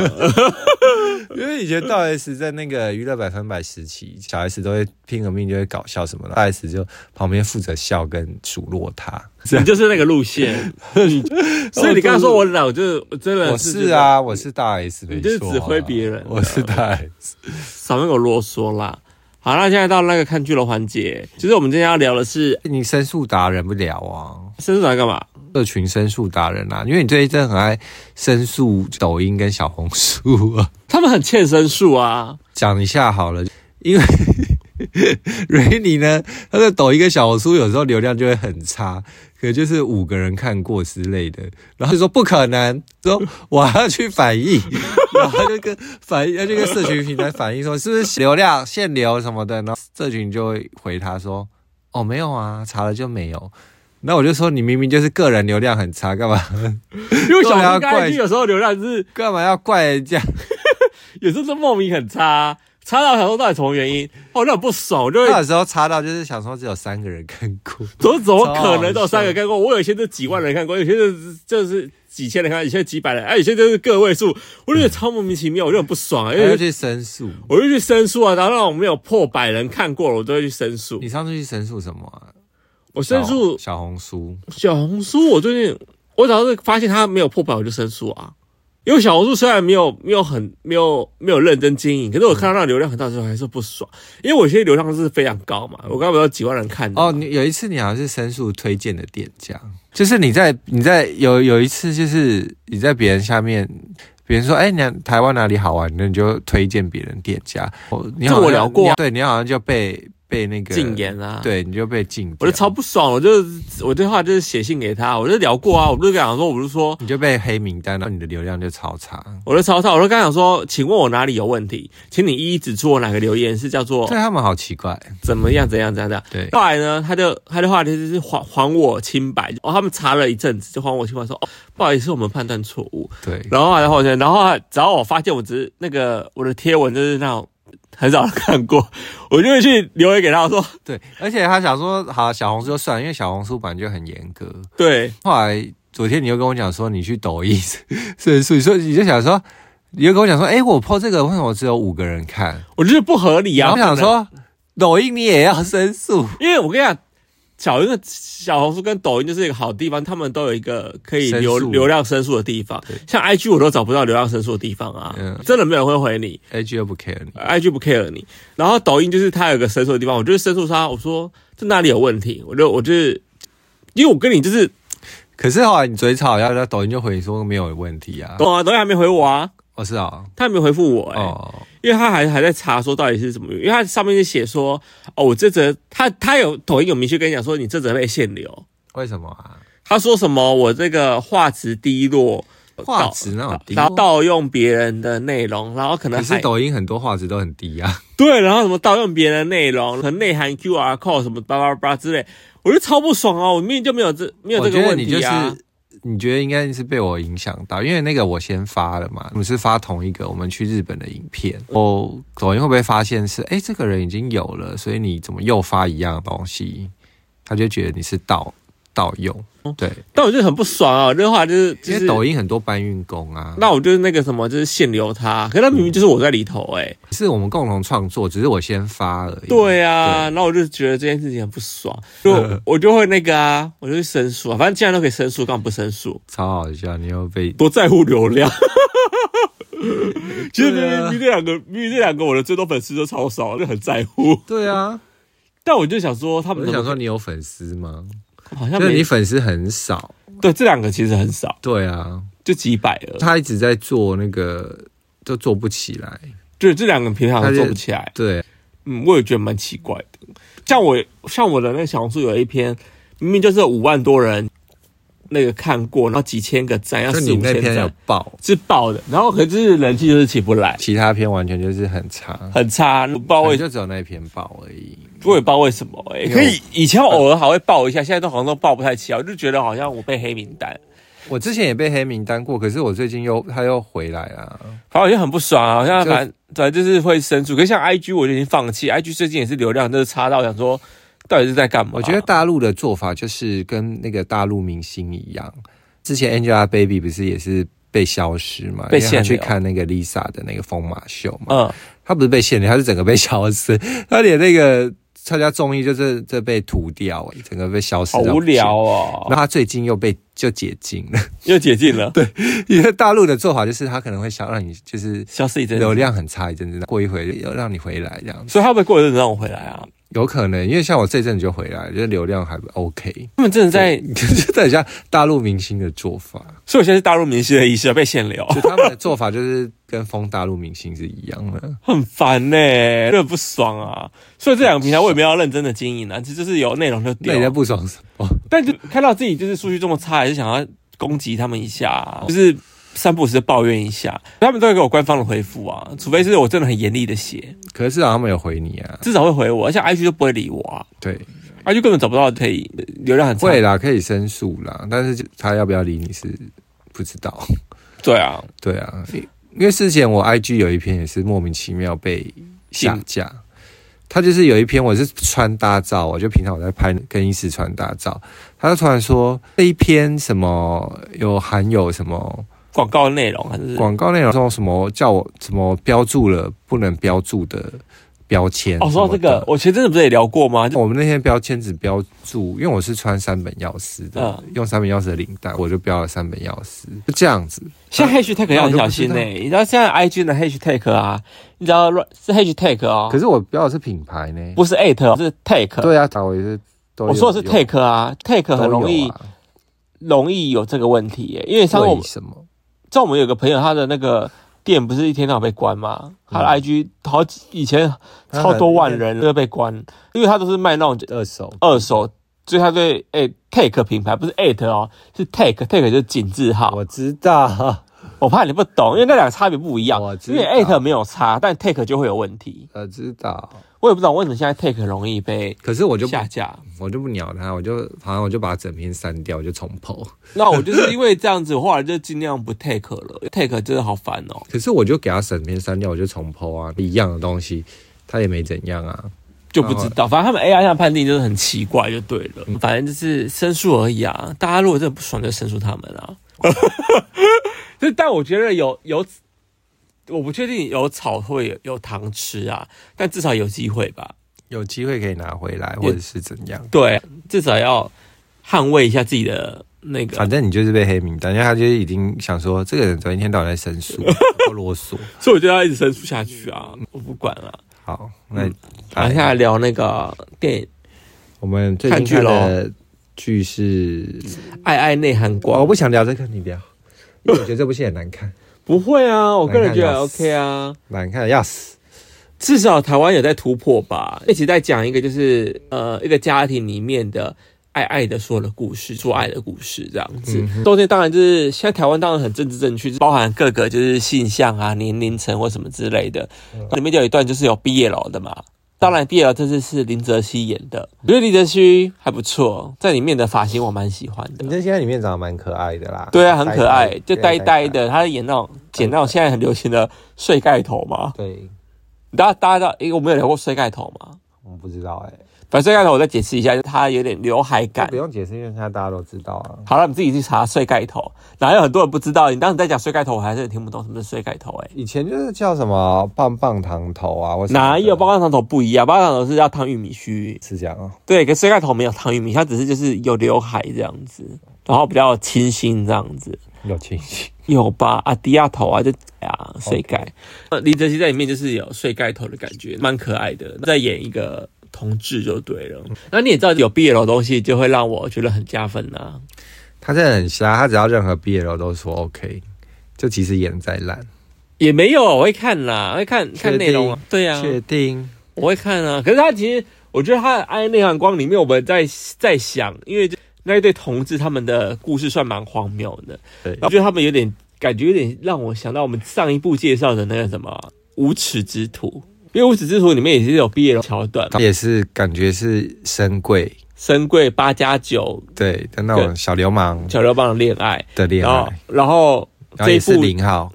因为以前大 S 在那个娱乐百分百时期，小 S 都会拼个命就会搞笑什么的，大 S 就旁边负责笑跟数落他。你就是那个路线， 你所以你刚刚说我懒，我就是我真的我觉是得啊，我是大 S，没就是错啊指挥别人的我是大 S。少跟我啰嗦啦。好，那现在到那个看剧的环节，其实我们今天要聊的是你申诉达人不了啊，申诉来干嘛？社群申诉达人啊，因为你最近真的很爱申诉抖音跟小红书啊。他们很欠申诉 啊，讲一下好了，因为 瑞妮呢，她的抖音跟小红书有时候流量就会很差，可能就是五个人看过之类的，然后就说不可能，说我还要去反映， 然后她就跟反映，她就跟社群平台反映说是不是流量限流什么的，然后社群就会回她说哦没有啊，查了就没有。那我就说你明明就是个人流量很差，干嘛因为小对啊红刚才怪剧有时候流量是干嘛要怪人家？有时候是莫名很差，啊差到想说到底什么原因，哦，那很不爽，我就那会有时候查到就是想说只有三个人看过，怎么怎么可超好能笑都有三个看过？我有些是几万人看过，有些是就是几千人看，有些几百人，哎，有些就是个位数，我就觉得超莫名其妙，我就很不爽啊，因还要为去申诉。我就去申诉啊，然后那种没有破百人看过了，我都会去申诉你。上次去申诉什么啊、我申诉嗯小小红书，小红书，我最近我只要是发现它没有破百，我就申诉啊。因为小红书虽然没有没有很没有没有认真经营，可是我看到那个流量很大的时候还是不爽，因为我现在流量是非常高嘛，我刚刚不是有几万人看的哦，你有一次你好像是申诉推荐的店家，就是你在你在有有一次就是你在别人下面，别人说哎，你台湾哪里好玩，那你就推荐别人店家。哦，你好像这我聊过啊你对你好像就被被那个禁，言啊，对，你就被禁掉，我就超不爽，我就我对话就是写信给他，我就聊过啊，我不是跟他讲说，我就说，你就被黑名单，然后你的流量就超差。我就吵他，我就跟他讲说，请问我哪里有问题，请你一一指出我哪个留言是叫做对他们好奇怪，怎么样怎样怎样怎样。对后来呢，他就他的话就是还还我清白，哦，他们查了一阵子就还我清白，说哦不好意思，我们判断错误。对，然后然后呢，然后啊只要我发现我只是那个我的贴文就是那种很少人看过，我就会去留言给他我说，对，而且他想说，好，小红书就算了，因为小红书本来就很严格。对，后来昨天你又跟我讲说，你去抖音 申诉，所以你就想说，你又跟我讲说，哎、我 PO 这个为什么只有五个人看？我就是不合理然啊。后我想不可能说，抖音你也要申诉？因为我跟你讲，小红小红书跟抖音就是一个好地方，他们都有一个可以流申诉流量申诉的地方。像 IG 我都找不到流量申诉的地方啊，嗯真的没有人会回你 IG 又不 care 你，呃，IG 不 care 你。然后抖音就是它有一个申诉的地方，我就是申诉他，我说这哪里有问题，我就我就是。因为我跟你就是可是后来你嘴吵，然后抖音就回你说没有问题啊。懂啊，抖音还没回我啊，哦，是啊、他还没回复我哎、哦，因为他还还在查说到底是怎么，因为他上面就写说哦，我这则他他有抖音有明确跟你讲说你这则被限流，为什么啊？他说什么我这个画质低落，画质那种低然后盗用别人的内容，然后可能可还是抖音很多画质都很低啊。对，然后什么盗用别人的内容，可能内含 QR code 什么叭叭叭之类，我就超不爽啊！我明明就没有这没有我这觉个得问你就题是啊。，你觉得应该是被我影响到，因为那个我先发了嘛，我们是发同一个我们去日本的影片，哦，抖音会不会发现是，哎，这个人已经有了，所以你怎么又发一样的东西，他就觉得你是盗盗用，对，但我就很不爽啊！我这话就是嗯就因为是，抖音很多搬运工啊，那我就是那个什么，就是限流他，可是他明明就是我在里头哎、是我们共同创作，只是我先发而已，对啊，然后我就觉得这件事情很不爽，就嗯我就会那个啊，我就去申诉啊，反正既然都可以申诉，干嘛不申诉？超好笑，你又被多在乎流量。其实明对明啊明这两个，明明这两个我的最多粉丝都超少，就很在乎。对啊，但我就想说，他我们怎就想么说你有粉丝吗？好像就是没你粉丝很少，对这两个其实很少，对啊，就几百了。他一直在做那个，都做不起来。就是这两个平常他都就做不起来。对，嗯，我也觉得蛮奇怪的。像我像我的那个小红书有一篇，明明就是五万多人那个看过，然后几千个赞，要就四你五那千篇有啊赞爆，是爆的，然后可是人气就是起不来，其他篇完全就是很差，很差，不知道我为也就只有那一篇爆而已。我也不知道为什么哎、因为可以以前偶尔还会爆一下，现在都好像都爆不太起来，我就觉得好像我被黑名单，我之前也被黑名单过，可是我最近又他又回来啊了。反正我就很不爽啊，好像就反反正就是会申诉。可是像 IG 我就已经放弃，IG 最近也是流量就是差到想说到底是在干嘛？我觉得大陆的做法就是跟那个大陆明星一样，之前 Angelababy 不是也是被消失嘛，被因为她限去流看那个 Lisa 的那个疯马秀嘛，嗯，他不是被限流，他是整个被消失，他连那个参加综艺就是这被涂掉，整个被消失好到不见。无聊哦。那他最近又被就解禁了，又解禁了，对， 因为大陆的做法就是他可能会想让你就是消失一阵子流。量很差一阵子，过一回要让你回来这样子，所以他会不会过一阵子让我回来啊？有可能因为像我这阵子就回来，就是流量还 OK，他们真的在，就是等一下大陆明星的做法，所以我现在是大陆明星的医师被限流，就他们的做法就是跟封大陆明星是一样的。很烦呢、真的不爽啊。所以这两个平台我也没有要认真的经营啊，其实就是有内容就那丢啊你。在不爽什么？但就看到自己就是数据这么差，还是想要攻击他们一下啊、就是三不五时地抱怨一下，他们都会给我官方的回复啊，除非是我真的很严厉的写，可是至少他们有回你啊，至少会回我，而且 IG 就不会理我啊对， ，IG 根本找不到可以流量很差会啦，可以申诉啦，但是就他要不要理你是不知道。对啊，对啊，因为之前我 IG 有一篇也是莫名其妙被下架，嗯他就是有一篇我是穿搭照，我就平常我在拍更衣室穿搭照，他就突然说这一篇什么有含有什么广告内容还是广告内容，说什么叫我怎么标注了不能标注的标签。哦，说到这什么个的，我前阵子不是也聊过吗？就我们那天标签只标注，因为我是穿三本钥匙的，嗯用三本钥匙的领带，我就标了三本钥匙，就这样子。现在 hashtag 要很小心呢、欸那哦我你知道现在 IG 的 hashtag 啊，你只要乱是 hashtag 哦，可是我标的是品牌呢，不是 at 哦是 take。对啊，打我也是都有。我说的是 take 啊，take 有很容易、都有啊容易有这个问题耶、因为像我为什么？像我们有个朋友，他的那个店不是一天到晚被关吗？他的嗯 IG 好几以前他很超多万人都被关，因为他都是卖那种二手二手，所以他对诶、take 品牌不是 at 哦，是 take take 就是井字号。我知道，我怕你不懂，因为那两个差别不一样我。知因道为 at 没有差，但 take 就会有问题。 我知道。我也不知道为什么现在 take 容易被可是我就不下架。我就不鸟他，我就好像我就把整篇删掉，我就重剖。 那我就是因为这样子，我后来就尽量不 take 了。take 真的好烦哦。可是我就给他整篇删掉，我就重剖啊，一样的东西，他也没怎样啊。就不知道，反正他们 AI 上判定就是很奇怪，就对了。反正就是申诉而已啊。大家如果真的不爽，就申诉他们 啊。就但我觉得有有，我不确定有草会有有糖吃啊，但至少有机会吧。有机会可以拿回来，或者是怎样？对，至少要捍卫一下自己的那个 反正你就是被黑名单，因为他就是已经想说，这个人昨天一天到晚在申 诉，多啰嗦。所以我就要一直申诉下去啊，我不管了。好，那等一下来聊那个电影我们最看近剧看咯的剧是《爱爱内涵光》，我不想聊这个，你 聊，因为我觉得这部戏很难看，不会啊，我个人觉难看得要死 OK 啊，难看的要死。至少台湾有在突破吧。一起在讲一个就是呃一个家庭里面的爱爱的所有的故事，做爱的故事这样子。中间当然就是现在台湾当然很政治正确，包含各个就是性向啊、年龄层或什么之类的。里面就有一段就是有毕业楼的嘛。当然，毕业楼这次是林则徐演的，我觉得林则徐还不错，在里面的发型我蛮喜欢的你。这现在里面长得蛮可爱的啦，对啊，很可爱，就呆呆的。的。他演那种剪那种现在很流行的睡盖头嘛，对，大家大家知道，因为我们有聊过睡盖头嘛。我不知道哎，反正睡盖头，我再解释一下，就它有点刘海感不。用解释，因为现在大家都知道啊。好了，你自己去查睡盖头，哪有很多人不知道？你当时在讲睡盖头，我还是听不懂什么是睡盖头、欸。以前就是叫什么棒棒糖头啊，或什么的哪有包干糖头不一样？包干糖头是要烫玉米须，是这样啊？对，跟睡盖头没有烫玉米，它只是就是有刘海这样子，然后比较清新这样子。有清晰，有吧？啊，低压头啊，就啊睡盖。呃，林则徐在里面就是有睡盖头的感觉，蛮可爱的。在演一个同志就对了。嗯那你也知道，有 BL 的东西就会让我觉得很加分呐、 啊他真的很瞎，他只要任何 BL 都说 OK，就即使演再烂，也没有，我会看啦，会看看内容啊。对啊，确定我会看啊。可是他其实，我觉得他的《爱内涵光》里面，我们在在想，因为那一对同志他们的故事算蛮荒谬的。对我觉得他们有点感觉，有点让我想到我们上一部介绍的那个什么《无耻之徒》，因为《无耻之徒》里面也是有毕业的桥段，他也是感觉是深贵，深贵八加九对哦的那种小流氓小流氓的恋爱，的恋然后爱，然后然后这一也是部零号，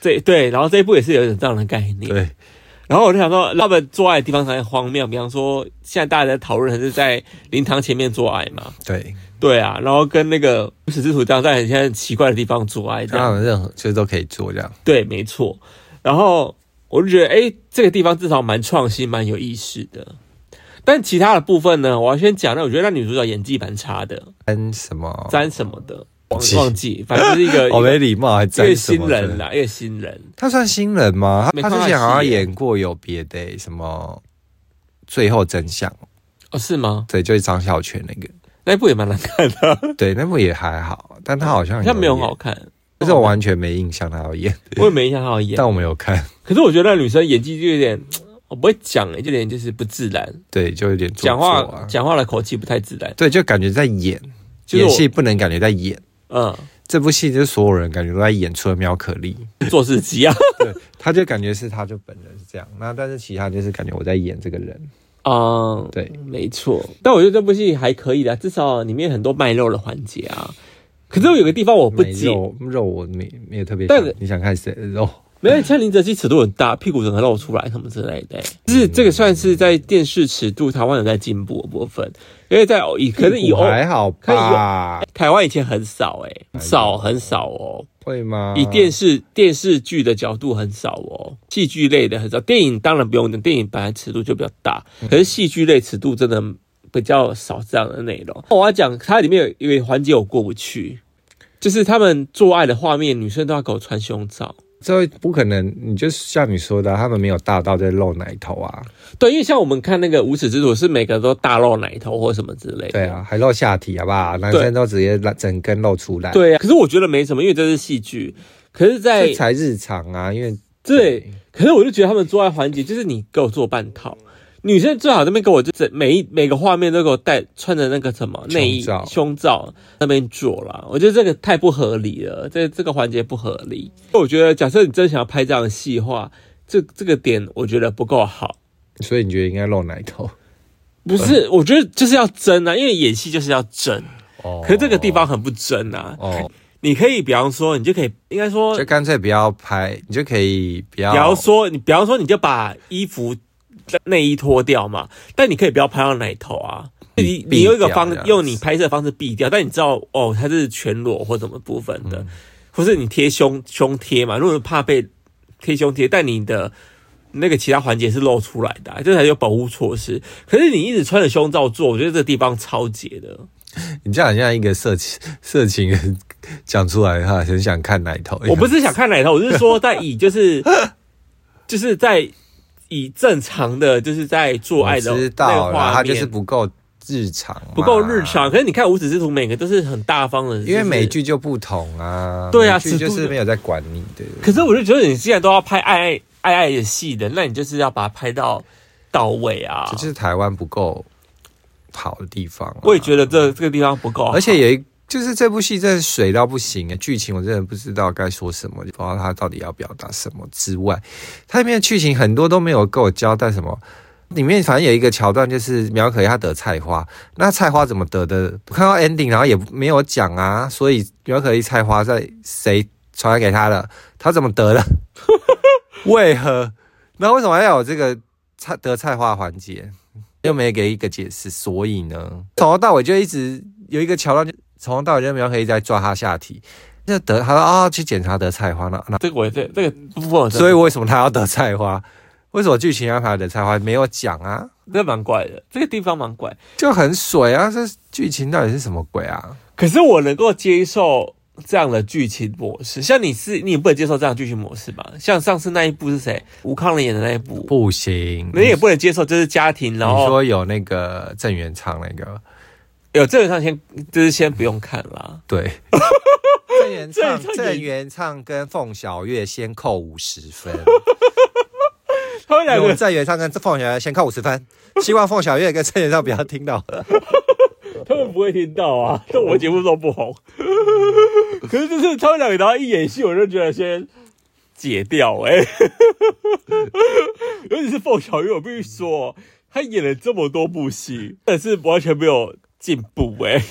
这对，然后这一部也是有点这样的概念。对，然后我就想说，他们做爱的地方很荒谬，比方说现在大家在讨论还是在灵堂前面做爱嘛？对，对啊，然后跟那个无耻之徒这样在很现在很奇怪的地方做爱，这样当然任何就是都可以做这样。对，没错。然后我就觉得，哎，这个地方至少蛮创新、蛮有意识的。但其他的部分呢，我要先讲，那我觉得那女主角演技蛮差的，沾什么？詹什么的，忘哦记忘记，反正就是 一个好没礼貌，还一个沾什新么的？人啦，一个新人，他算新人吗？没他看他他之前好像戏耶演过有别的、什么《最后真相》，哦，是吗？对，就是张孝全那个，那一部也蛮难看的，对，那部也还好，但他好像好像没有很演好，看，但是我完全没印象他要演，我也没印象她有演但。我没有看，可是我觉得那女生演技就有点，我不会讲、欸，就有点就是不自然，对，就有点做讲作啊话讲话的口气不太自然。对，就感觉在演，就是演我戏不能感觉在演。嗯，这部戏就是所有人感觉都在演，除了苗可丽，做事机 啊。对，他就感觉是他就本人是这样，那但是其他就是感觉我在演这个人，嗯，哦对没错。但我觉得这部戏还可以的，至少里面有很多卖肉的环节啊。可是有个地方我不没解，肉肉我没没有特别但想，你想看谁的肉？没有像林则徐尺度很大，屁股整个露出来什么之类的、嗯就是这个算是在电视尺度台湾有在进步的部分，因为在以 可是以我欧还好可以有吧？台湾以前很少哎、少很少哦。会吗？以电视电视剧的角度很少哦，戏剧类的很少。电影当然不用讲，电影本来尺度就比较大，嗯可是戏剧类尺度真的比较少这样的内容。我要讲它里面有有一个环节我过不去，就是他们做爱的画面，女生都要给我穿胸罩。这不可能，你就像你说的啊，他们没有大到在露奶头啊，对，因为像我们看那个无耻之徒是每个都大露奶头或什么之类的。对啊，还露下体好不好？男对生都直接拉整根露出来，，对啊，可是我觉得没什么，因为这是戏剧。可是在，这才日常啊，因为对，可是我就觉得他们做爱环节，就是你给我做半套，女生最好那边给我就整每一每个画面都给我带穿着那个什么内衣胸罩胸罩那边做啦，我觉得这个太不合理了，这这个环节不合理。我觉得假设你真想要拍这样的戏的话，这这个点我觉得不够好。所以你觉得应该露奶头？不是，我觉得就是要真啊，因为演戏就是要真，哦 可是这个地方很不真啊。哦，你可以比方说，你就可以应该说就干脆不要拍，你就可以不要比方说，你比方说，你就把衣服内衣脱掉嘛，但你可以不要拍到奶头啊。你避你用一个掉这样方子用你拍摄方式避掉，但你知道哦，它是全裸或什么部分嗯的，或是你贴胸胸贴嘛，如果怕被贴胸贴，但你的那个其他环节是露出来的啊、这才有保护措施。可是你一直穿着胸罩做，我觉得这地方超解的。你这样很像一个色情色情人讲出来哈，很想看奶头。我不是想看奶头，我是说在以就是 就是在以正常的就是在做爱的我那知个道啦，画他面，就是不够日常嘛，不够日常。可是你看《无耻之徒》，每个都是很大方的，因为就是美。剧就不同啊，对啊美剧尺就度是没有在管你的。可是我就觉得，你既然都要拍爱爱爱爱的戏的，那你就是要把它拍到到位啊这。就是台湾不够好的地方、啊我也觉，得这这个地方不够好，而且有一就是这部戏真的水到不行啊，剧情我真的不知道该说什么，不知道他到底要表达什么之外，它里面的剧情很多都没有给我交代什么。里面反正有一个桥段，就是苗可丽她得菜花，那菜花怎么得的？我看到 ending，然后也没有讲啊，所以苗可丽菜花在谁传染给她的？她怎么得的？ 为何？那为什么要有这个菜得菜花的环节？又没给一个解释，所以呢，从头到尾就一直有一个桥段，就从头到尾就苗可丽在抓她下体，就得她说啊、去检查得菜花，那那这个我也这这个部分我真的，所以为什么她要得菜花？为什么剧情安排得菜花没有讲啊？这蛮怪的，这个地方蛮怪。就很水啊！这剧情到底是什么鬼啊？可是我能够接受这样的剧情模式，像你是你也不能接受这样的剧情模式吧？像上次那一部是谁？吴康仁演的那一部，不行，你也不能接受，就是家庭，然你后说有那个郑元畅那个有这个上先就是先不用看啦。对。 郑元畅郑元畅，也郑元畅跟凤小岳先扣五十分，他 们两用个郑元畅跟凤小岳先扣五 十分，希望凤小岳跟郑元畅不要听到。 他们不会听到 啊，但我节目都不 红。可是就是他们两个然后一演戏，我就觉得先解掉哎、 尤其是凤小岳，我必须说，他演了这么多部戏，但是完全没有进步哎、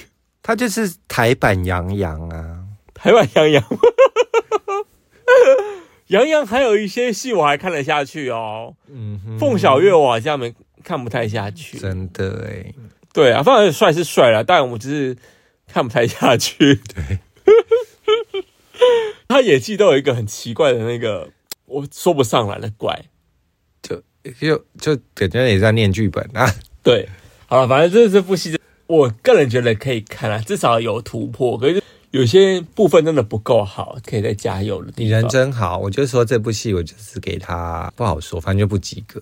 他就是台版杨洋啊，台湾杨洋，杨洋还有一些戏我还看得下去哦。嗯哼，凤小岳我好像没看不太下去。真的哎、对啊，凤小岳帅是帅了，但我就是看不太下去。对，他演技都有一个很奇怪的那个，我说不上来的怪。就就就感觉也在念剧本啊。 对，好了，反正这这部戏，我个人觉得可以看啊，至少有突破。可是有些部分真的不够好，可以再加油的地方。你人真好，我就说这部戏我就是给他不好说，反正就不及格。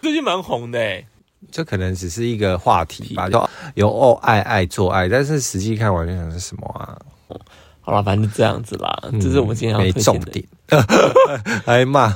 最近蛮红的、欸，这可能只是一个话题吧，就有哦爱爱做爱，但是实际看完就想是什么啊？好了，反正就这样子啦。这是我们今天要嗯没推荐重的。点， 哎骂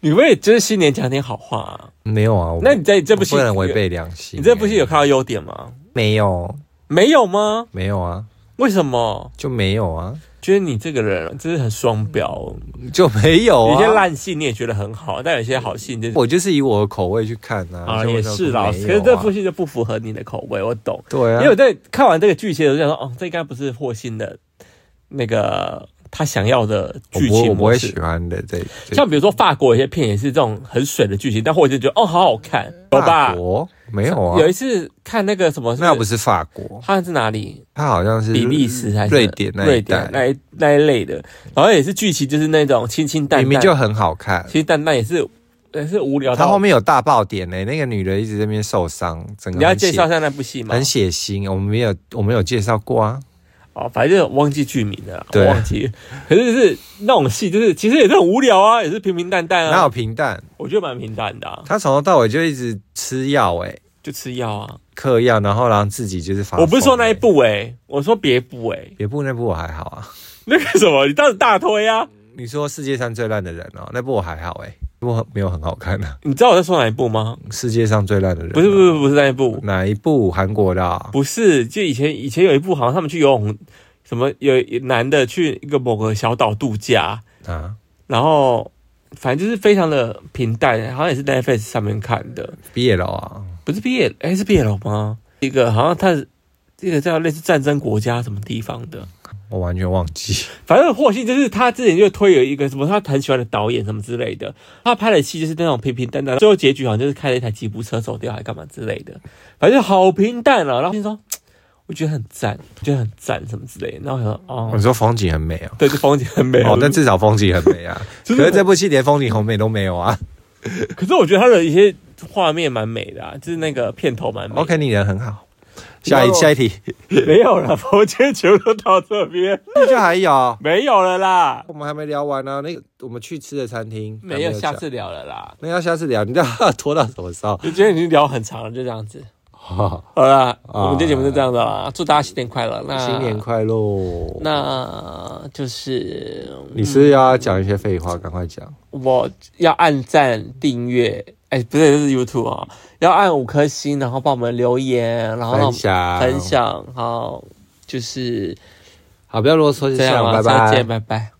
你会就是新年讲点好话、啊。没有啊？我那你在这部戏我不能违背良心。你这部戏有看到优点吗？没有？没有吗？没有啊，为什么？就没有啊，觉得你这个人真是很双标哦，就没有有啊。些烂戏你也觉得很好，但有些好戏你就是我就是以我的口味去看啊。啊，所以也我就是啦。没可有是啊这部戏就不符合你的口味，我懂。对因啊，为我在看完这个剧情的时候，我就想说，哦，这应该不是霍心的那个他想要的我剧不会情我不会模式喜。欢的这这像比如说法国有些片也是这种很水的剧情，但霍心觉得哦，好好看，有吧法？国没有啊有，一次看那个什么，那不是法国，他是哪里？它好像是比利时还是瑞典那瑞一带典那一那一类的，然后也是剧情就是那种清清淡淡，明明就很好看。其实淡淡也是也是无聊到。它后面有大爆点呢、那个女的一直在那边受伤，整个你要很血介绍一下那部戏吗？很血腥，我们没有我们有介绍过啊。哦，反正忘记剧名了啦，我对忘记了。可是是那种戏，就是其实也是很无聊啊，也是平平淡淡哪有啊。平淡？我觉得蛮平淡的、啊，她从头到尾就一直吃药哎、就吃药啊。嗑药，然后让自己就是发、哎我不是说那一，部诶、欸我说别部诶、别部那部我还好啊。那个什么，你当时大推啊？你说世界上最烂的人哦、那部我还好哎、那部很没有很好看啊。你知道我在说哪一部吗？世界上最烂的人、啊不是，不是，不是那一部，哪一部韩国的、啊？不是，就以前以前有一部，好像他们去游泳，什么有有男的去一个某个小岛度假，啊，然后反正就是非常的平淡，好像也是 Netflix 上面看的。毕业了啊，不是毕业，哎、是毕业了吗？一个好像他是这个叫类似战争国家什么地方的，我完全忘记。反正霍信就是他之前就推有一个什么他很喜欢的导演什么之类的，他拍的戏就是那种平平淡淡，最后结局好像就是开了一台吉普车走掉还干嘛之类的，反正就好平淡啊。然后听说，嘖我觉得很赞，我觉得很赞什么之类的，然后我想你哦，说风景很美啊、对，这风景很美哦，那至少风景很美 啊。就是可是这部戏连风景很美都没有 啊。可是我觉得他的一些画面蛮美的啊，就是那个片头蛮美的哦 OK，你人很好。下一下一题，没有了，我今天全部都到这边， 那就还有，啊没有了啦。我们还没聊完呢、那个我们去吃的餐厅没有，下，还次聊了啦。讲那要下次聊，你知道拖到什么时候？就今天已经聊很长了，就这样子。好好啦，我们这节目就这样子啦，祝大家新年快乐。那 啊新年快乐！那就是你是不是要讲一些废话，赶快讲。我要按赞、订阅，哎、不对，这是 YouTube 啊、要按五颗星，然后帮我们留言，然后让我分们享，分，享，好，就是好，不要啰嗦，就这这样样，了，拜再拜见，。拜拜。